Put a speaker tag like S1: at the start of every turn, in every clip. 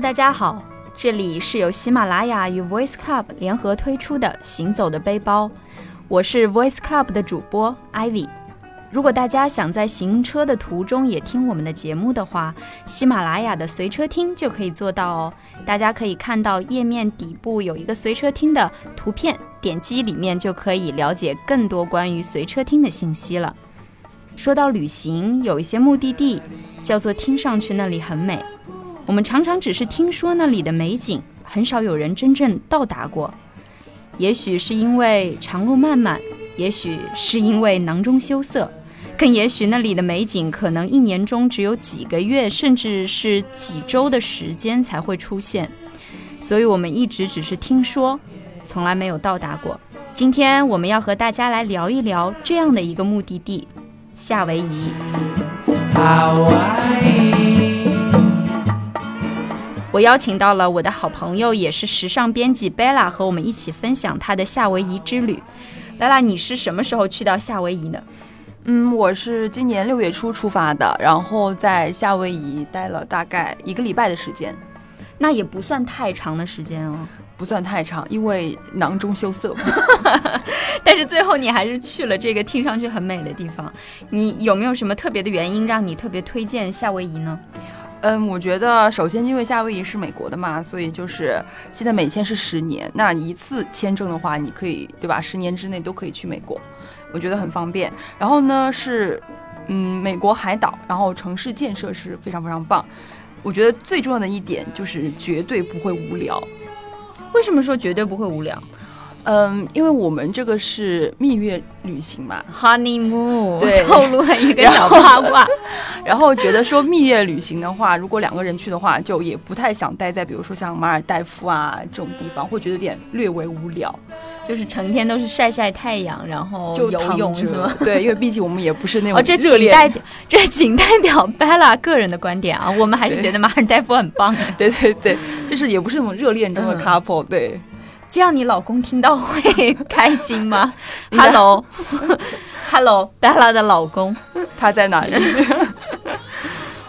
S1: 大家好，这里是由喜马拉雅与 Voice Club 联合推出的《行走的背包》，我是 Voice Club 的主播 Ivy。如果大家想在行车的途中也听我们的节目的话，喜马拉雅的随车听就可以做到哦。大家可以看到页面底部有一个随车听的图片，点击里面就可以了解更多关于随车听的信息了。说到旅行，有一些目的地叫做听上去那里很美，我们常常只是听说那里的美景，很少有人真正到达过。也许是因为长路漫漫，也许是因为囊中羞涩，更也许那里的美景可能一年中只有几个月，甚至是几周的时间才会出现，所以我们一直只是听说，从来没有到达过。今天我们要和大家来聊一聊这样的一个目的地——夏威夷。我邀请到了我的好朋友，也是时尚编辑贝拉，和我们一起分享她的夏威夷之旅。贝拉，你是什么时候去到夏威夷呢？
S2: 嗯，我是今年六月初出发的，然后在夏威夷待了大概一个礼拜的时间，
S1: 那也不算太长的时间哦，
S2: 不算太长，因为囊中羞涩。
S1: 但是最后你还是去了这个听上去很美的地方。你有没有什么特别的原因让你特别推荐夏威夷呢？
S2: 嗯，我觉得首先因为夏威夷是美国的嘛，所以就是现在每签是十年，那一次签证的话，你可以对吧？十年之内都可以去美国，我觉得很方便。然后呢是，嗯，美国海岛，然后城市建设是非常非常棒。我觉得最重要的一点就是绝对不会无聊。
S1: 为什么说绝对不会无聊
S2: 嗯，因为我们这个是蜜月旅行嘛，
S1: ？Honeymoon，
S2: 对
S1: 透露了一个
S2: 然
S1: 小
S2: 后
S1: 八卦。
S2: 然后觉得说蜜月旅行的话，如果两个人去的话，就也不太想待在比如说像马尔代夫啊这种地方，会觉得有点略微无聊。
S1: 就是成天都是晒晒太阳，然后
S2: 就
S1: 游泳
S2: 躺着
S1: 是吗？？
S2: 对，因为毕竟我们也不 是那
S1: 哦，这
S2: 种热
S1: 仅
S2: 烈。
S1: 代表这仅代表 Bella 个人的观点啊，我们还是
S2: 对
S1: 觉得马尔代夫很棒。
S2: 对对对，就是也不是那种热恋中的
S1: 嗯
S2: couple，、对，
S1: 这样你老公听到会开心 吗
S2: 应该
S1: ？Hello，Hello，Bella 的老公，
S2: 他 在哪里？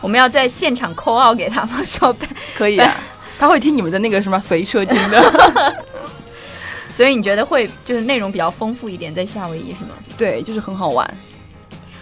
S1: 我们要在现场 call out 给他吗？说，
S2: 可以、啊，他会听你们的那个什么随车听的，
S1: 所以你觉得会就是内容比较丰富一点，在夏威夷是吗？
S2: 对，就是很好玩。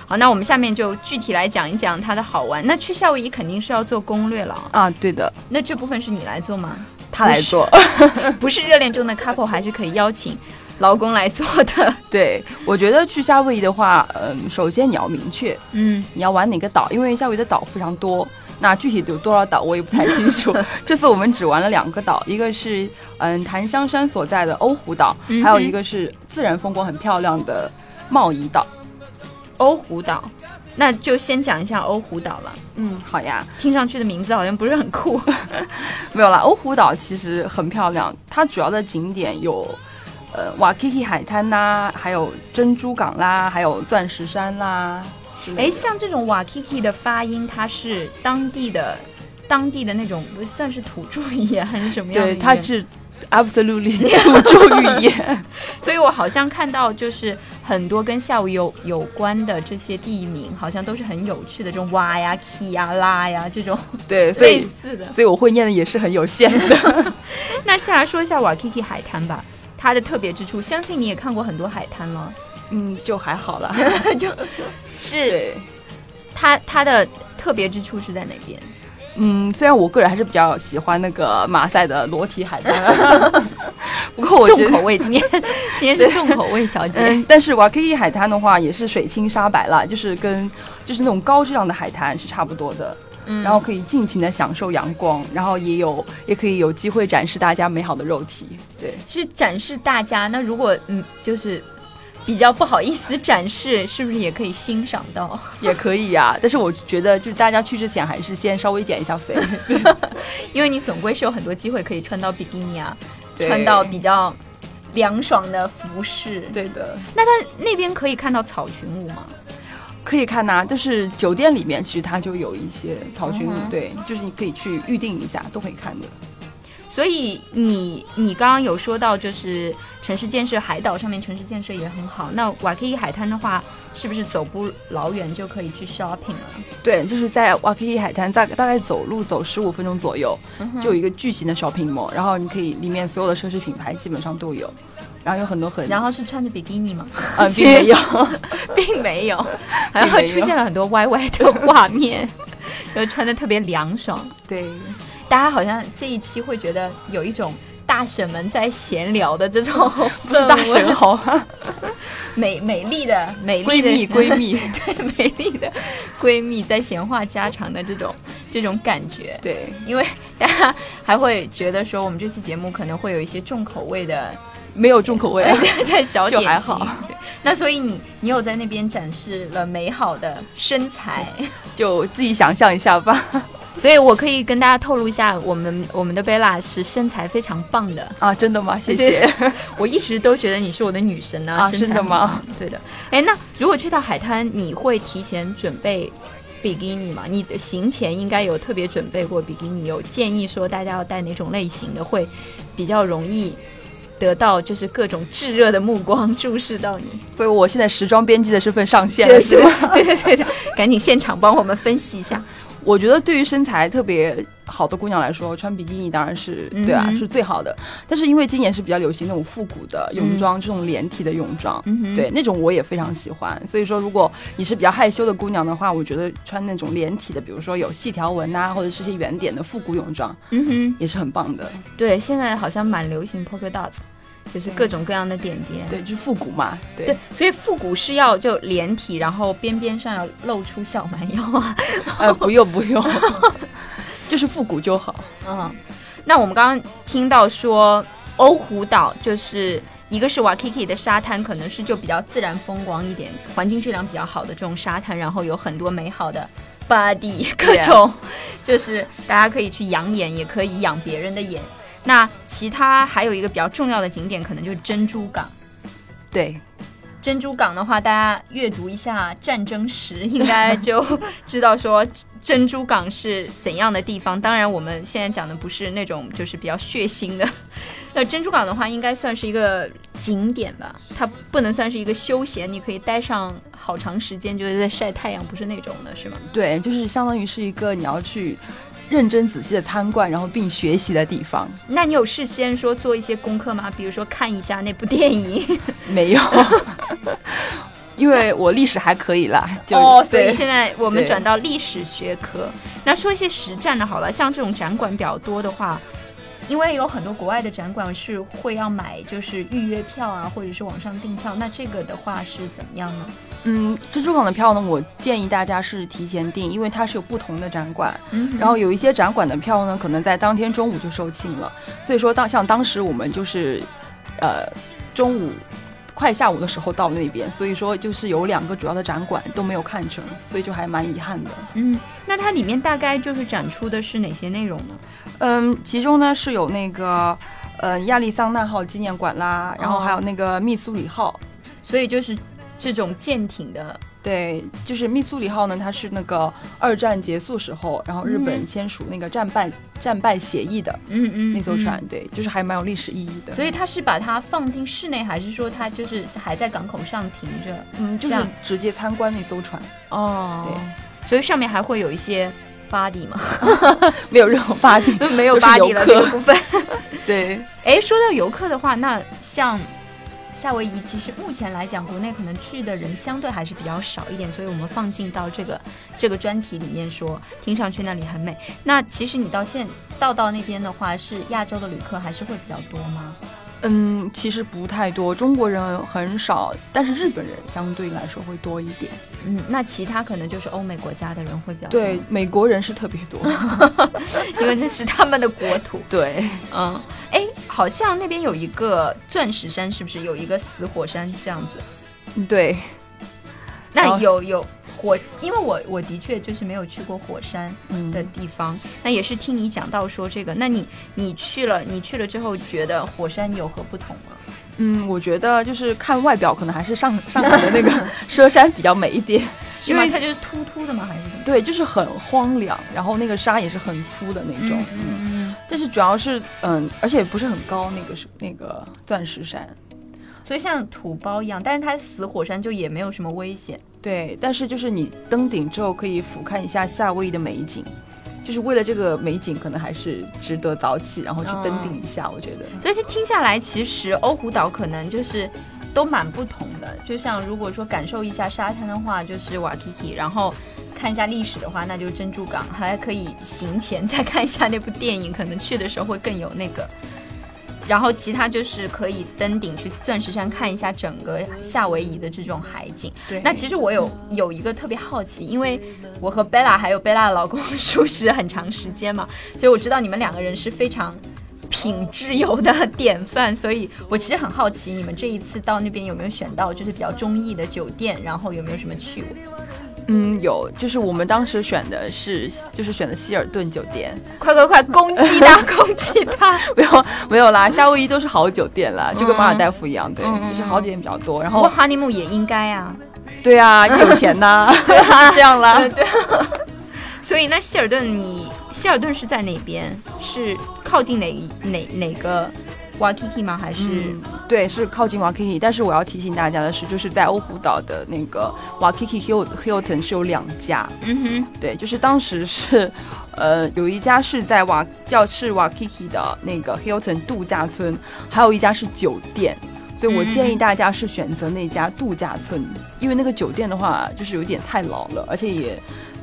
S1: 好，那我们下面就具体来讲一讲它的好玩。那去夏威夷肯定是要做攻略了啊，
S2: 啊，对的，
S1: 那这部分是你来做 吗？
S2: 他来做。
S1: 不是热恋中的 couple 还是可以邀请老公来做的。
S2: 对，我觉得去夏威夷的话，嗯，首先你要明确
S1: 嗯，
S2: 你要玩哪个岛，因为夏威夷的岛非常多。那具体有多少岛我也不太清 楚。这次我们只玩了两个岛，一个是嗯檀香山所在的欧胡岛，
S1: 嗯哼
S2: 还有一个是自然风光很漂亮的茂宜岛。
S1: 欧胡岛，那就先讲一下欧胡岛吧。
S2: 嗯，好呀，
S1: 听上去的名字好像不是很 酷。
S2: 没有啦。欧胡岛其实很漂亮，它主要的景点有，呃瓦基基海滩啦，还有珍珠港啦，还有钻石山啦之类
S1: 哎，
S2: 的。
S1: 像这种瓦 kiki 的发音，它是当地的当地的那种不算是土著语言还是什么样的
S2: 对，
S1: 语言？
S2: 它是 absolutely 土著语言。
S1: 所以我好像看到就是很多跟夏威夷有有关的这些地名，好像都是很有趣的，这种哇呀、ki 呀、啦呀这种
S2: 对，所
S1: 类
S2: 以
S1: 似的。
S2: 所以我会念的也是很有限的。
S1: 哎那下来说一下瓦 kiki 海滩吧。它的特别之处，相信你也看过很多海滩 了，
S2: 嗯，就还 好啦。
S1: 是
S2: 对，
S1: 它它的特别之处是在哪边？
S2: 嗯，虽然我个人还是比较喜欢那个马赛的裸体 海滩，不过我觉
S1: 重口
S2: 得。
S1: 味， 今天今天是重口味小姐。
S2: 嗯，但是瓦基伊海滩的话也是水清沙白啦，就是跟就是那种高质量的海滩是差不多的，
S1: 嗯
S2: 然后可以尽情的享受阳光，然后也有也可以有机会展示大家美好的肉 体。对，
S1: 是展示大家。那如果嗯，就是比较不好意思展示，是不是也可以欣赏到？
S2: 也可以呀、但是我觉得就是大家去之前还是先稍微减一下肥，
S1: 因为你总归是有很多机会可以穿到比基尼啊，
S2: 对
S1: 穿到比较凉爽的服饰。
S2: 对的。
S1: 那它那边可以看到草裙舞吗？
S2: 可以看呐、就是酒店里面其实它就有一些草裙舞
S1: 嗯哼
S2: 对，就是你可以去预定一下，都可以看的。
S1: 所以你你刚刚有说到，就是城市建设，海岛上面城市建设也很好。那瓦克伊海滩的话，是不是走不老远就可以去 shopping 啊 了？
S2: 对，就是在瓦克伊海滩，大大概走路走十五分钟左右，
S1: 嗯哼
S2: 就有一个巨型的 shopping mall，然后你可以里面所有的奢侈品牌基本上都有，然后有很多很
S1: 然后是穿着比基尼吗？
S2: 嗯并没有，
S1: 并没有，然后出现了很多歪歪的画面，就穿的特别凉爽。
S2: 对，
S1: 大家好像这一期会觉得有一种大婶们在闲聊的这 种氛围，
S2: 不是大神好吗，
S1: 美美丽 的美丽
S2: 闺
S1: 的
S2: 蜜闺蜜，
S1: 对美丽的 闺蜜在闲话家常的这种这种感觉。
S2: 对，
S1: 因为大家还会觉得说，我们这期节目可能会有一些重口味 的
S2: 没有重口 味，
S1: 在小
S2: 就
S1: 点
S2: 还
S1: 心
S2: 好。
S1: 对那所以你你有在那边展示了美好的身材，
S2: 就自己想象一下吧。
S1: 所以我可以跟大家透露一下，我们我们的贝拉是身材非常棒的。
S2: 啊，真的吗？谢谢。
S1: 我一直都觉得你是我的女神呢、
S2: 啊
S1: 身材
S2: 真的吗
S1: 很好？对的。哎，那如果去到海滩，你会提前准备比基尼吗？你的行前应该有特别准备过比基尼，有建议说大家要带哪种类型的，会比较容易得到就是各种炙热的目光注视到你。
S2: 所以我现在时装编辑的身份上线了，是吗？
S1: 对对对对，赶紧现场帮我们分析一下。
S2: 我觉得对于身材特别好的姑娘来说，穿比基尼当然是
S1: 嗯哼
S2: 对啊，是最好的。但是因为今年是比较流行那种复古的泳装，这种连体的泳装。
S1: 嗯哼，
S2: 对，那种我也非常喜欢。所以说，如果你是比较害羞的姑娘的话，我觉得穿那种连体的，比如说有细条纹啊，或者是一些圆点的复古泳装，
S1: 嗯哼。
S2: 也是很棒的。
S1: 对，现在好像蛮流行 polka dot，就是各种各样的点点。
S2: 对，就是复古嘛。对，
S1: 对，所以复古是要就连体，然后边边上要露出小蛮腰啊。
S2: 呃，不用不用，就是复古就好。
S1: 嗯，那我们刚刚听到说欧胡岛就是。一个是 Waikiki 的沙滩，可能是就比较自然风光一点，环境质量比较好的这种沙滩，然后有很多美好的 body 各种，就是大家可以去养眼，也可以养别人的眼。那其他还有一个比较重要的景点，可能就是珍珠港。
S2: 对，
S1: 珍珠港的话，大家阅读一下战争史，应该就知道说珍珠港是怎样的地方。当然，我们现在讲的不是那种就是比较血腥的。 那珍珠港的话，应该算是一个景点吧，它不能算是一个休闲，你可以待上好长时间，就是在晒太阳，不是那种的，是吗？
S2: 对，就是相当于是一个你要去认真仔细的参观，然后并学习的地方。
S1: 那你有事先说做一些功课吗？比如说看一下那部电影
S2: 没有， 因为我历史还可以啦。就
S1: 哦，所以
S2: 对
S1: 现在我们
S2: 对
S1: 转到历史学科。那说一些实战的好了，像这种展馆比较多的话，因为有很多国外的展馆是会要买就是预约票啊，或者是网上订票，那这个的话是怎么样呢？
S2: 嗯，珍珠港的票呢，我建议大家是提前订，因为它是有不同的展馆，
S1: 嗯
S2: 然后有一些展馆的票呢，可能在当天中午就售罄了。所以说当像当时我们就是，呃，中午。快下午的时候到那边，所以说就是有两个主要的展馆都没有看成，所以就还蛮遗憾的。
S1: 嗯，那它里面大概就是展出的是哪些内容呢？
S2: 嗯，其中呢是有那个，呃，亚利桑那号纪念馆啦，然后还有那个密苏里号。
S1: 所以就是这种舰艇的，
S2: 对，就是密苏里号呢，它是那个二战结束时候，然后日
S1: 嗯
S2: 本签署那个战败、战败协议的
S1: 嗯嗯
S2: 那艘船，对，就是还蛮有历史意义的。
S1: 所以它是把它放进室内，还是说它就是还在港口上停着？
S2: 嗯，就
S1: 这
S2: 是
S1: 样
S2: 直接参观那艘船，
S1: 哦对，所以上面还会有一些 body 吗？
S2: 没有任何巴蒂，
S1: 没有
S2: 都是
S1: body
S2: 游
S1: 了
S2: 客
S1: 这个部分。
S2: 对，
S1: 哎，说到游客的话，那像夏威夷，其实目前来讲，国内可能去的人相对还是比较少一点，所以我们放进到这个这个专题里面说，听上去那里很美。那其实你到现到到那边的话，是亚洲的旅客还是会比较多吗？
S2: 嗯，其实不太多，中国人很少，但是日本人相对来说会多一点。
S1: 嗯，那其他可能就是欧美国家的人会比较多，
S2: 对，美国人是特别多。
S1: 因为那是他们的国土。
S2: 对，
S1: 嗯，哎，好像那边有一个钻石山，是不是有一个死火山这样子？
S2: 对，然
S1: 那
S2: 后
S1: 有有火，因为我我的确就是没有去过火山，
S2: 嗯
S1: 的地方。那也是听你讲到说这个，那你你去了，你去了之后觉得火山有何不同吗？
S2: 嗯，我觉得就是看外表，可能还是上上海的那个 佘山比较美一点。
S1: 因为
S2: 因为
S1: 它就是突突的吗？还是怎么？
S2: 对，就是很荒凉，然后那个沙也是很粗的那种。
S1: 嗯嗯
S2: 但是主要是嗯，而且也不是很高，那个是那个钻石山。
S1: 所以像土包一样，但是它死火山就也没有什么危险。
S2: 对，但是就是你登顶之后可以俯瞰一下夏威夷的美景，就是为了这个美景，可能还是值得早起然后去登
S1: 嗯
S2: 顶一下。我觉得
S1: 所以这听下来，其实欧胡岛可能就是都蛮不同的。就像如果说感受一下沙滩的话，就是瓦提提；然后看一下历史的话，那就是珍珠港。还可以行前再看一下那部电影，可能去的时候会更有那个。然后其他就是可以登顶去钻石山看一下整个夏威夷的这种海景。
S2: 对，
S1: 那其实我有有一个特别好奇，因为我和贝拉还有贝拉的老公 熟识很长时间嘛，所以我知道你们两个人是非常品质游的 典范，所以我其实很好奇，你们这一次到那边有没有选到就是比较中意的酒店，然后有没有什么趣味？
S2: 嗯有，就是我们当时选的是就是选的希尔顿酒店，
S1: 快快快，攻击他，攻击他！
S2: 没有没有啦，夏威夷都是好酒店啦，就跟马尔代夫一样，对，
S1: 嗯
S2: 就是好酒店比较多。然
S1: 不过
S2: 后
S1: 哈尼哦木也应该啊，
S2: 对啊，有钱 呐， 这样啦
S1: 对。对。所以那希尔顿你，希尔顿是在哪边？是靠近哪一哪哪个 Waikiki 吗？还是、
S2: 嗯，对，是靠近 Waikiki，但是我要提醒大家的是，就是在欧胡岛的那个 Waikiki Hill- Hilton 是有两家，
S1: 嗯哼，
S2: 对，就是当时是，呃，有一家是在瓦叫是 Waikiki 的那个 Hilton 度假村，还有一家是酒店，所以我
S1: 嗯
S2: 建议大家是选择那家度假村，因为那个酒店的话就是有点太老了，而且也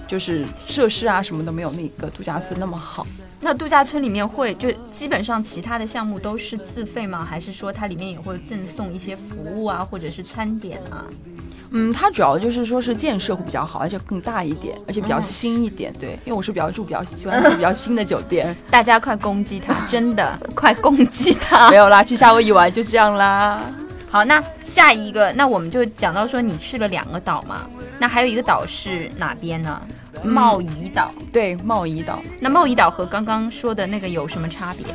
S2: 就是设施啊什么的没有那个度假村那么好。
S1: 那度假村里面会就基本上其他的项目都是自费吗？还是说它里面也会赠送一些服务啊，或者是餐点啊？
S2: 嗯，它主要就是说是建设会比较好，而且更大一点，而且比较
S1: 嗯
S2: 新一点。对，因为我是比较住比较喜欢住比较新的酒 店，
S1: 大家快攻击他，真 的快攻击他
S2: 没！有啦，去夏威夷玩就这样啦。
S1: 好，那下一个，那我们就讲到说你去了两个岛嘛，那还有一个岛是哪边呢？
S2: 嗯
S1: 茂宜岛。
S2: 对，贸易岛，
S1: 那贸易岛和刚刚说的那个有什么差别？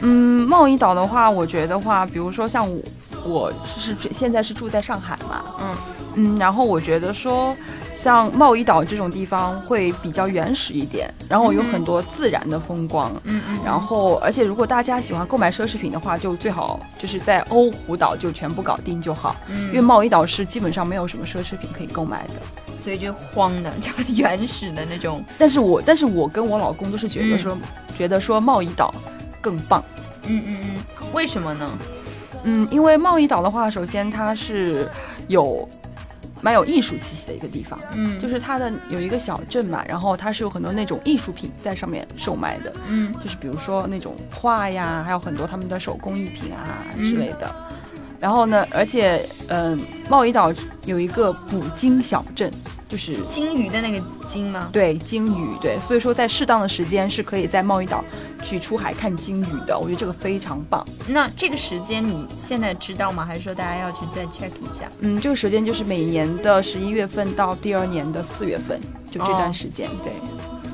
S2: 嗯，贸易岛的话，我觉得话，比如说像我，我是是现在是住在上海嘛，
S1: 嗯
S2: 嗯，然后我觉得说，像贸易岛这种地方会比较原始一点，然后有
S1: 嗯哼
S2: 很多自然的风光，
S1: 嗯嗯
S2: 然后，而且如果大家喜欢购买奢侈品的话，就最好就是在欧胡岛就全部搞定就好，因为
S1: 嗯，
S2: 贸易岛是基本上没有什么奢侈品可以购买的。
S1: 所以就荒的，就原始的那种，
S2: 但是我，但是我跟我老公都是觉得说，觉得说贸易岛更棒。
S1: 嗯嗯嗯，为什么呢？
S2: 嗯，因为贸易岛的话，首先它是有蛮有艺术气息的一个地方，
S1: 嗯，
S2: 就是是它的有一个小镇嘛，然后它是有很多那种艺术品在上面售卖的，
S1: 嗯，
S2: 就是比如说那种画呀，还有很多他们的手工艺品啊之类的。然后呢，而且嗯，贸易岛有一个捕鲸小镇，就是
S1: 是金鱼的那个金吗？
S2: 对鲸鱼，对，所以说在适当的时间是可以在贸易岛去出海看鲸鱼的，我觉得这个非常棒。
S1: 那这个时间你现在知道吗？还是说大家要去再 check 一下？
S2: 嗯，这个时间就是每年的十一月份到第二年的四月份，就这段时间。对，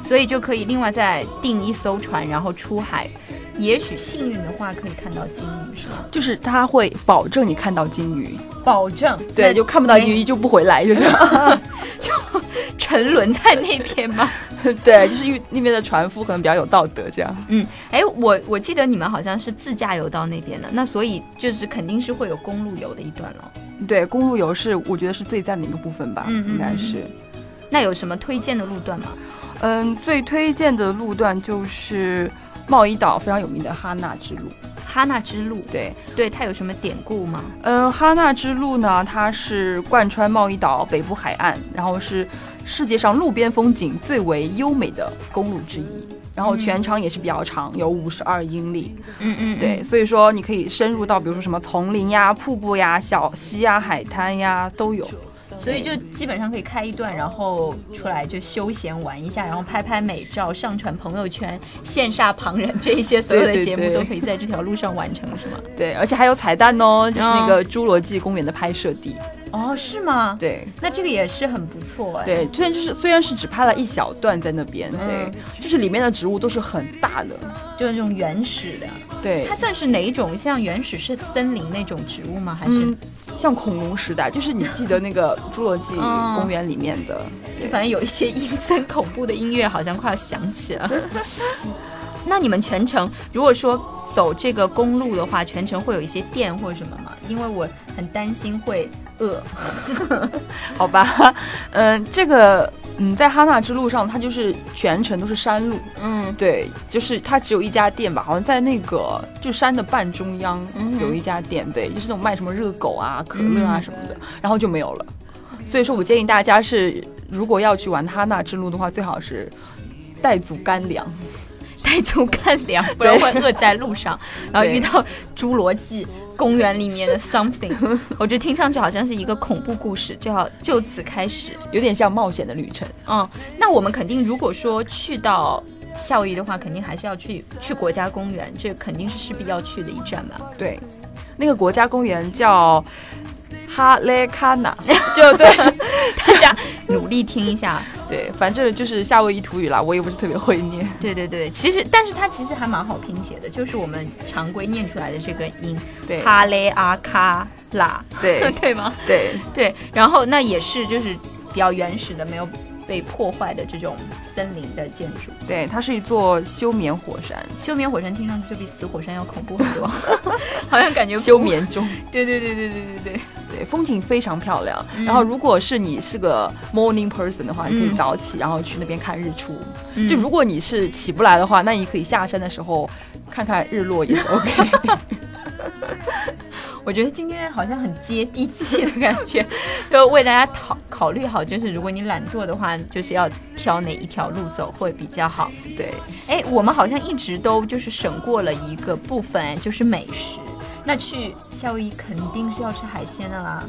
S1: 所以就可以另外再订一艘船，然后出海，也许幸运的话可以看到金鱼，是吗？
S2: 就是它会保证你看到鲸鱼，
S1: 保证，
S2: 对，
S1: 那
S2: 就看不到
S1: 没
S2: 鲸鱼就不回来，就是
S1: 沉沦在那边吗？
S2: 对，就是因为那边的船夫可能比较有道德，这样。
S1: 嗯， 哎，我我记得你们好像是自驾游到那边的，那所以就是肯定是会有公路游的一段了。
S2: 对，公路游是我觉得是最赞的一个部分吧，
S1: 嗯嗯
S2: 应该
S1: 嗯
S2: 是。
S1: 那有什么推荐的路段吗？
S2: 嗯，最推荐的路段就是贸易岛非常有名的哈纳之路。
S1: 哈纳之路，
S2: 对，
S1: 对它有什么典故吗？
S2: 嗯，哈纳之路呢，它是贯穿贸易岛北部海岸，然后是世界上路边风景最为优美的公路之一。然后全长也是比较长，有五十二英里。
S1: 嗯嗯，
S2: 对，，所以说你可以深入到，比如说什么丛林呀、瀑布呀、小溪呀、海滩呀都有。
S1: 所以就基本上可以开一段，然后出来就休闲玩一下，然后拍拍美照，上传朋友圈，羡煞旁人，这一些所有的
S2: 对对
S1: 节目
S2: 对
S1: 都可以在这条路上完成，是吗？
S2: 对，而且还有彩蛋哦，就是那
S1: 哦
S2: 个侏罗纪公园的拍摄地。
S1: 哦，是吗？
S2: 对，
S1: 那这个也是很不错哎。
S2: 对，虽然就是虽然是只拍了一小段在那边，对，
S1: 嗯
S2: 就是里面的植物都是很大的，
S1: 就是那种原始的，
S2: 对
S1: 它，算是哪一种？像原始是森林那种植物吗？还是、
S2: 嗯，像恐龙时代，就是你记得那个侏罗纪
S1: 嗯
S2: 公园里面的，
S1: 就反正有一些阴森恐怖的音乐，好像快要响起了。那你们全程如果说走这个公路的话，全程会有一些电或者什么吗？因为我很担心会饿。
S2: 好吧， 嗯，这个嗯，在哈纳之路上，它就是全程都是山路，
S1: 嗯
S2: 对，就是它只有一家店吧，好像在那个就山的半中央
S1: 嗯哼
S2: 有一家店，对，就是那种卖什么热狗啊、可乐啊
S1: 嗯
S2: 什么的，然后就没有了。所以说我建议大家是，如果要去玩哈纳之路的话，最好是带足干粮。
S1: 带足干粮，不然会饿在路上。然后
S2: 对
S1: 遇到侏罗纪公园里面的 something，我觉得听上去好像是一个恐怖故事，就要就此开始。
S2: 有点像冒险的旅程，
S1: 嗯，那我们肯定如果说去到夏威夷的话，肯定还是要去去国家公园，这肯定是势必要去的一站吧。
S2: 对，那个国家公园叫哈雷 卡纳，就对
S1: 大家努力听一下。
S2: 对，反正就是夏威夷土语啦，我也不是特别会念。
S1: 对对对，其实但是它其实还蛮好拼写的，就是我们常规念出来的这个音，
S2: 对，
S1: 哈雷阿卡拉，
S2: 对
S1: 对吗？
S2: 对
S1: 对，然后那也是就是比较原始的，没有被破坏的这种森林的建筑。
S2: 对，它是一座休眠火 山，
S1: 休眠火山听上去就比死火山要恐怖很多， 好像感觉不
S2: 休。眠中。
S1: 对对对对对对对。
S2: 对，风景非常漂亮。
S1: 嗯
S2: 然后，如果是你是个 morning person 的话，你可以
S1: 嗯
S2: 早起，然后去那边看日出。
S1: 嗯
S2: 就如果你是起不来的话，那你可以下山的时候看看日落也是 OK。
S1: 我觉得今天好像很接地气的感觉， 就为大家考考虑好，就是如果你懒惰的话，就是要挑哪一条路走会比较好。
S2: 对，
S1: 哎，我们好像一直都就是省过了一个部分，就是美食。那去夏威夷肯定是要吃海鲜的啦。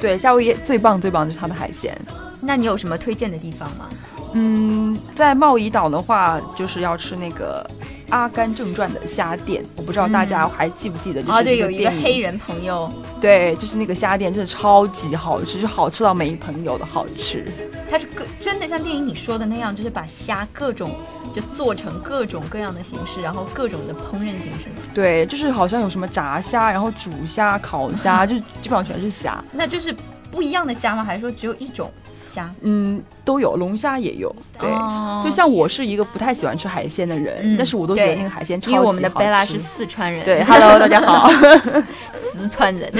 S2: 对，夏威夷最棒最棒就是它的海鲜。
S1: 那你有什么推荐的地方吗？
S2: 嗯，在贸易岛的话，就是要吃那个《阿甘正传》的虾店。我不知道大家还记不记得，就是
S1: 啊，对，有一个
S2: 电影
S1: 黑，人朋友，
S2: 对，就是那个虾店，真的超级好吃，就好吃到没朋友的好吃。
S1: 他是各真的像电影里说的那样，就是把虾各种就做成各种各样的形式，然后各种的烹饪形式嘛。
S2: 对，就是好像有什么炸虾，然后煮虾、烤 虾，就基本上全是虾。
S1: 那就是不一样的虾吗？还是说只有一种虾？
S2: 嗯，都有，龙虾也有。对，
S1: 哦
S2: 就像我是一个不太喜欢吃海鲜的人，
S1: 嗯
S2: 但是我都觉得
S1: 对
S2: 那个海鲜超级
S1: 因为
S2: 好吃。
S1: 我们的贝拉是四川人，
S2: 对，Hello，大家好。
S1: 四川人，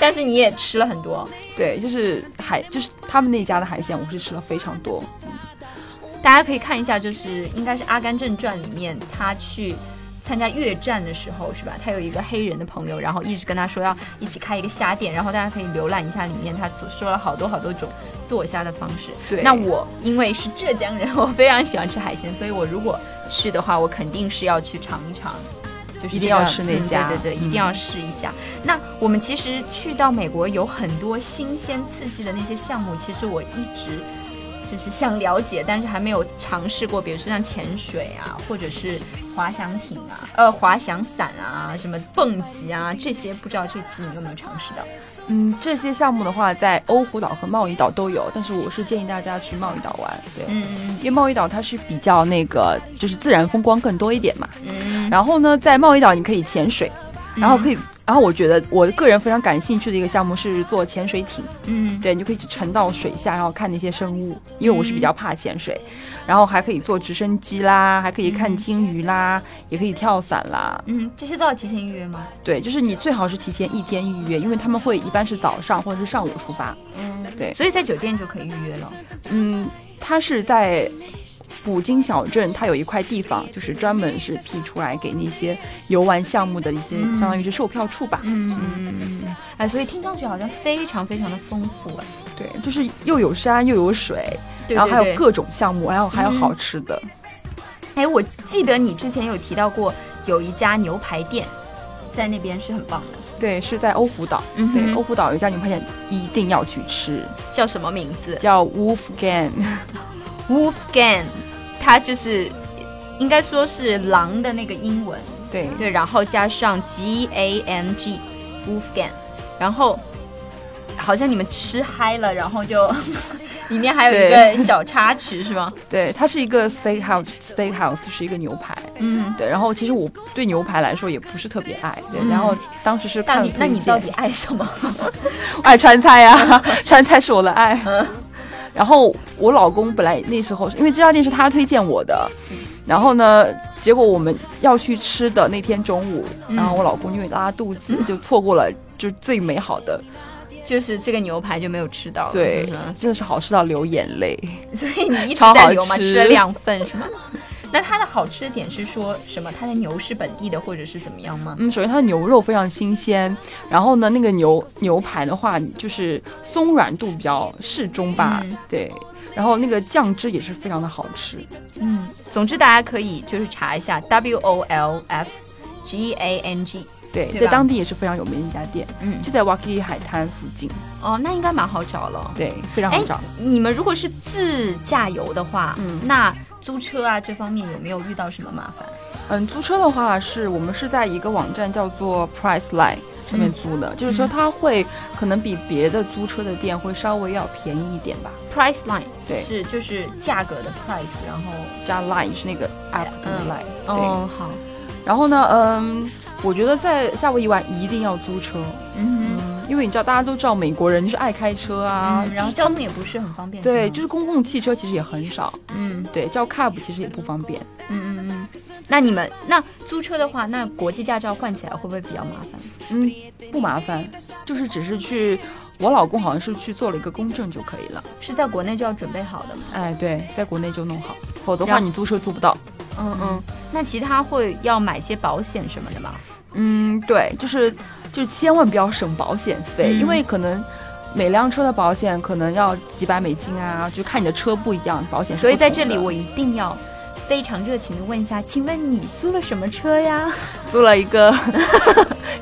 S1: 但是你也吃了很多。
S2: 对，就是海，就是他们那家的海鲜，我是吃了非常多。
S1: 大家可以看一下，就是应该是《阿甘正传》里面他去。参加越战的时候是吧？他有一个黑人的朋友，然后一直跟他说要一起开一个虾店，然后大家可以浏览一下里面他所说了好多好多种做虾的方式。
S2: 对
S1: 那我因为是浙江人，我非常喜欢吃海鲜，所以我如果去的话，我肯定是要去尝一尝，就是、
S2: 一定要吃那
S1: 嗯
S2: 家
S1: 对对对，一定要试一下。嗯那我们其实去到美国有很多新鲜刺激的那些项目，其实我一直就是想了解，但是还没有尝试过，比如说像潜水啊，或者是滑翔艇啊，呃，滑翔伞啊，什么蹦极啊，这些不知道这次你有没有尝试到？
S2: 嗯，这些项目的话，在欧胡岛和贸易岛都有，但是我是建议大家去贸易岛玩，对，
S1: 嗯
S2: 因为贸易岛它是比较那个，就是自然风光更多一点嘛。
S1: 嗯，
S2: 然后呢，在贸易岛你可以潜水，然后可
S1: 以，
S2: 以，然后我觉得我个人非常感兴趣的一个项目是做潜水艇，
S1: 嗯
S2: 对，你就可以沉到水下，然后看那些生物，因为我是比较
S1: 嗯
S2: 怕潜水，然后还可以坐直升机啦，还可以看鲸鱼啦，也可以跳伞啦，
S1: 嗯，这些都要提前预约吗？
S2: 对，就是你最好是提前一天预约，因为他们会一般是早上或者是上午出发，
S1: 嗯，
S2: 对
S1: 所以在酒店就可以预约了。
S2: 嗯，它是在捕鲸小镇，它有一块地方，就是专门是辟出来给那些游玩项目的一些，
S1: 嗯
S2: 相当于是售票处吧。
S1: 嗯，哎，所以听上去好像非常非常的丰富哎。
S2: 对，就是又有山又有水，
S1: 对
S2: 然后还
S1: 对
S2: 有各种项目，然后还有
S1: 嗯
S2: 好吃的。
S1: 哎，我记得你之前有提到过有一家牛排店，在那边是很棒的。
S2: 对，是在欧胡岛。
S1: 嗯
S2: 对，欧胡岛有一家牛排店，一定要去吃，
S1: 叫什么名字
S2: 叫 Wolf Gang。
S1: ？Wolfgang，它就是应该说是狼的那个英文，
S2: 对，
S1: 对，然后加上 G A N G，Wolfgang，然后好像你们吃嗨了，然后就 里面还有一
S2: 对
S1: 个小插曲是吗？
S2: 对，它是一个 steakhouse，steakhouse 是一个牛排。
S1: 嗯，
S2: 对，然后其实我对牛排来说也不是特别爱，对，
S1: 嗯
S2: 然后当时是
S1: 那
S2: 看
S1: 你那你
S2: 推荐
S1: 到底爱什么？
S2: 爱川菜呀、川菜是我的
S1: 嗯
S2: 爱。然后我老公本来那时候是因为这家店是他推荐我的，然后呢，结果我们要去吃的那天中午，
S1: 嗯
S2: 然后我老公因为拉肚子，就错过了就最美好的，
S1: 就是这个牛排就没有吃到，
S2: 对
S1: 是 吗，
S2: 真的是好吃到流眼泪。
S1: 所以你一直
S2: 超好
S1: 在牛嘛，
S2: 吃
S1: 吃了两份是吗？ 那它的好吃的点是说什么？它的牛是本地的，或者是怎么样吗？
S2: 嗯，首先它的牛肉非常新鲜，然后呢，那个牛牛排的话，就是松软度比较适中吧，
S1: 嗯
S2: 对。然后那个酱汁也是非常的好吃，
S1: 嗯，总之大家可以就是查一下 W O L F G A N G，
S2: 对，
S1: 对
S2: 在
S1: 吧
S2: 当地也是非常有名的一家店，
S1: 嗯，
S2: 就在 Waki 海滩附近，
S1: 哦，那应该蛮好找了。
S2: 对，非常
S1: 哎
S2: 好找。
S1: 你们如果是自驾游的话，
S2: 嗯
S1: 那租车啊这方面有没有遇到什么麻烦？
S2: 嗯，租车的话是我们是在一个网站叫做 Priceline 上面
S1: 嗯
S2: 租的，就是说
S1: 嗯
S2: 它会可能比别的租车的店会稍微要便宜一点吧。
S1: price line
S2: 对
S1: 是就是价格的 price，然后
S2: 加 Line 是那个 app 的
S1: 嗯
S2: Line，、
S1: 哦好，
S2: 对。然后呢，嗯，我觉得在夏威夷玩一定要租车，
S1: 嗯哼
S2: 嗯，因为你知道大家都知道美国人就是爱开车啊，
S1: 嗯，然后交通也不是很方便，
S2: 对，
S1: 吗
S2: 就是公共汽车其实也很少，
S1: 嗯
S2: 对，叫 cab 其实也不方便。
S1: 嗯嗯嗯。那你们那租车的话，那国际驾照换起来会不会比较麻烦？
S2: 嗯，不麻烦，就是只是去，我老公好像是去做了一个公证就可以了。
S1: 是在国内就要准备好的吗？
S2: 哎，对，在国内就弄好，否则
S1: 然
S2: 话
S1: 后
S2: 你租车租不到。
S1: 嗯嗯。那其他会要买些保险什么的吗？
S2: 嗯，对，就是就是千万不要省保险费，
S1: 嗯
S2: 因为可能每辆车的保险可能要几百美金啊，就看你的车不一样，保险是
S1: 所以
S2: 不
S1: 在
S2: 同
S1: 这里
S2: 的
S1: 我一定要非常热情的问一下，请问你租了什么车呀？
S2: 租了一 个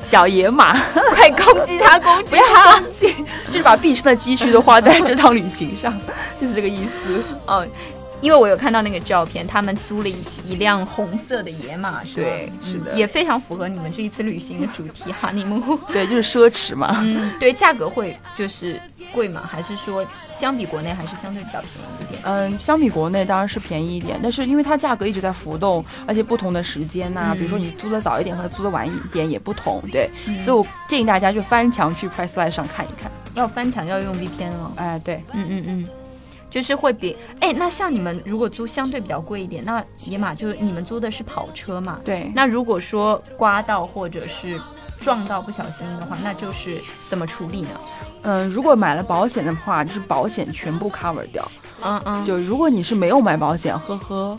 S2: 小野马，
S1: 快攻击他，攻击
S2: 不要忘记， 就是把毕生的积蓄都花在这趟旅行上，就是这个意思。
S1: 哦，因为我有看到那个照片，他们租了一一辆红色的野马，是吧
S2: 对是的
S1: 嗯也非常符合你们这一次旅行的主题哈尼木。
S2: 对，就是奢侈嘛。
S1: 嗯，对，价格会就是贵吗？还是说相比国内还是相对比较便宜一点？
S2: 嗯，相比国内当然是便宜一点，但是因为它价格一直在浮动，而且不同的时间呐、
S1: 嗯
S2: 比如说你租的早一点和租的晚一点也不同，对，
S1: 嗯
S2: 所以我建议大家就翻墙去 Priceline 上看一看。
S1: 要翻墙要用 VPN 哦。
S2: 哎，对，
S1: 嗯嗯嗯，就是会比哎，那像你们如果租相对比较贵一点，那野马就是你们租的是跑车嘛？
S2: 对，
S1: 那如果说刮到或者是撞到不小心的话，那就是怎么处理呢？
S2: 嗯，如果买了保险的话，就是保险全部 cover 掉。
S1: 嗯嗯，
S2: 就如果你是没有买保险，呵呵，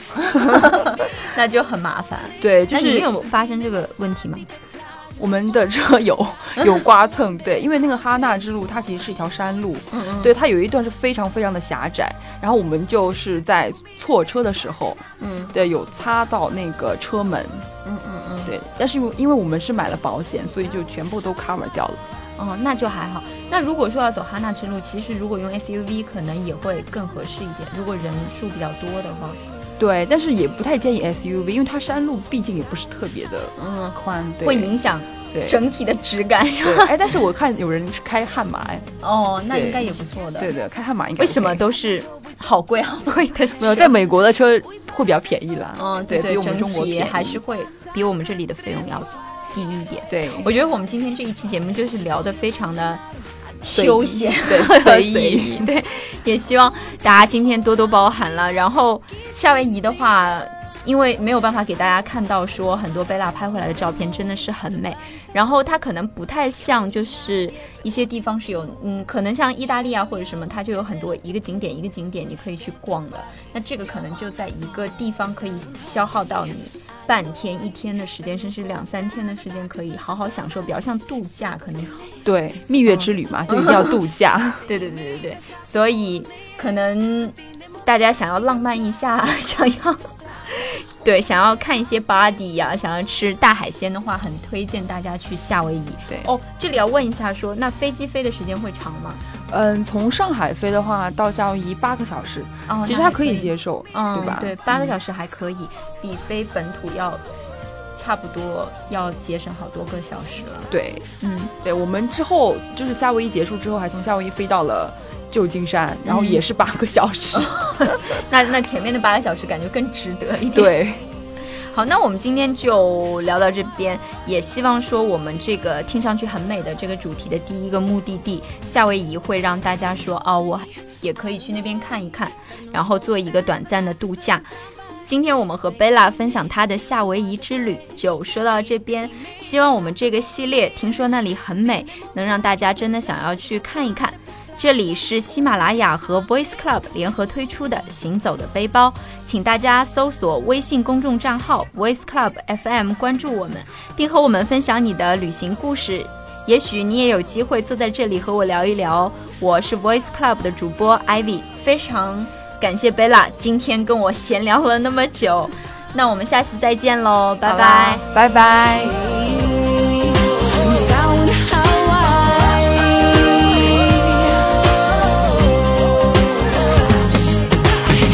S1: 那就很麻烦。
S2: 对，就
S1: 那你们
S2: 是
S1: 有发生这个问题吗？
S2: 我们的车有
S1: 嗯
S2: 有刮蹭，对，因为那个哈纳之路它其实是一条山路，
S1: 嗯嗯
S2: 对，它有一段是非常非常的狭窄，然后我们就是在错车的时候，
S1: 嗯
S2: 对，有擦到那个车门，
S1: 嗯嗯嗯，
S2: 对，但是因为因为我们是买了保险，所以就全部都 cover 掉了。
S1: 哦，那就还好。那如果说要走哈纳之路，其实如果用 SUV 可能也会更合适一点。如果人数比较多的话，
S2: 对，但是也不太建议 SUV，因为它山路毕竟也不是特别的
S1: 嗯，
S2: 宽，对，
S1: 会影响
S2: 对。
S1: 整体的质感，是吧？
S2: 对，哎，但是我看有人是开悍马，哎，
S1: 哦，那
S2: 对
S1: 应该也不错的。
S2: 对，对，开悍马应该
S1: 为什么
S2: OK
S1: 都是好贵好贵的？
S2: 没有？在。美国的车会比较便宜啦，
S1: 啊嗯，
S2: 对，
S1: 对，
S2: 比我们
S1: 整
S2: 中国
S1: 体
S2: 便宜
S1: 还是会比我们这里的费用要低一点。
S2: 对，
S1: 我觉得我们今天这一期节目就是聊得非常的
S2: 随意
S1: 休闲，
S2: 对随意
S1: 对，也希望大家今天多多包涵了。然后夏威夷的话，因为没有办法给大家看到说很多贝拉拍回来的照片真的是很美，然后它可能不太像就是一些地方是有，嗯，可能像意大利啊或者什么，它就有很多一个景点一个景点你可以去逛的。那这个可能就在一个地方可以消耗到你半天、一天的时间，甚至两三天的时间，可以好好享受，比较像度假，可能。
S2: 对
S1: 嗯
S2: 蜜月之旅 嘛，就一定要度假。
S1: 对对对对对，所以可能大家想要浪漫一下， 想要。对，想要看一些 body 呀、想要吃大海鲜的话，很推荐大家去夏威夷。
S2: 对
S1: 哦，这里要问一下说，那飞机飞的时间会长吗？
S2: 嗯，从上海飞的话到夏威夷八个小时，
S1: 哦，
S2: 其实
S1: 那还
S2: 它可以接受，
S1: 嗯，
S2: 对吧？
S1: 八个小时还可以，比飞本土要差不多要节省好多个小时了。
S2: 对
S1: 嗯，
S2: 对，我们之后就是夏威夷结束之后，还从夏威夷飞到了旧金山，然后
S1: 嗯
S2: 也是八个小时。
S1: 那那前面的八个小时感觉更值得一点。，
S2: 对，
S1: 好，那我们今天就聊到这边，也希望说我们这个听上去很美的这个主题的第一个目的地夏威夷，会让大家说哦，我也可以去那边看一看，然后做一个短暂的度假。今天我们和贝拉分享她的夏威夷之旅就说到这边，希望我们这个系列听说那里很美，能让大家真的想要去看一看。这里是喜马拉雅和 Voice Club 联合推出的《行走的背包》，请大家搜索微信公众账号 Voice Club FM 关注我们，并和我们分享你的旅行故事。也许你也有机会坐在这里和我聊一聊哦。我是 Voice Club 的主播 Ivy，非常感谢贝拉今天跟我闲聊了那么久。那我们下次再见喽，拜
S2: 好啦
S1: 拜。，
S2: 拜拜。
S3: Who's down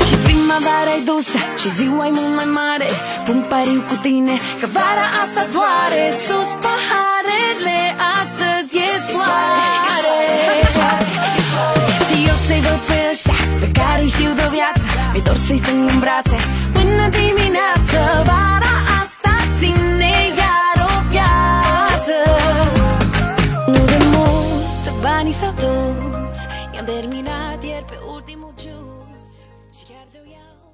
S3: Și primăvara e dulce Și ziua e mult mai mare Pun pariu cu tine Că vara asta doare Sus paharele Astăzi e soare, e soare, e soare, e soare. Și eu să-i văd pe ăștia Pe care îi știu de o viață Mi-e dor să-i strâng în brațe Până dimineață Vara asta ține iar o viață Nu de mult Banii s-au dus I-am terminat ieri pe ultimul jus Și chiar de iau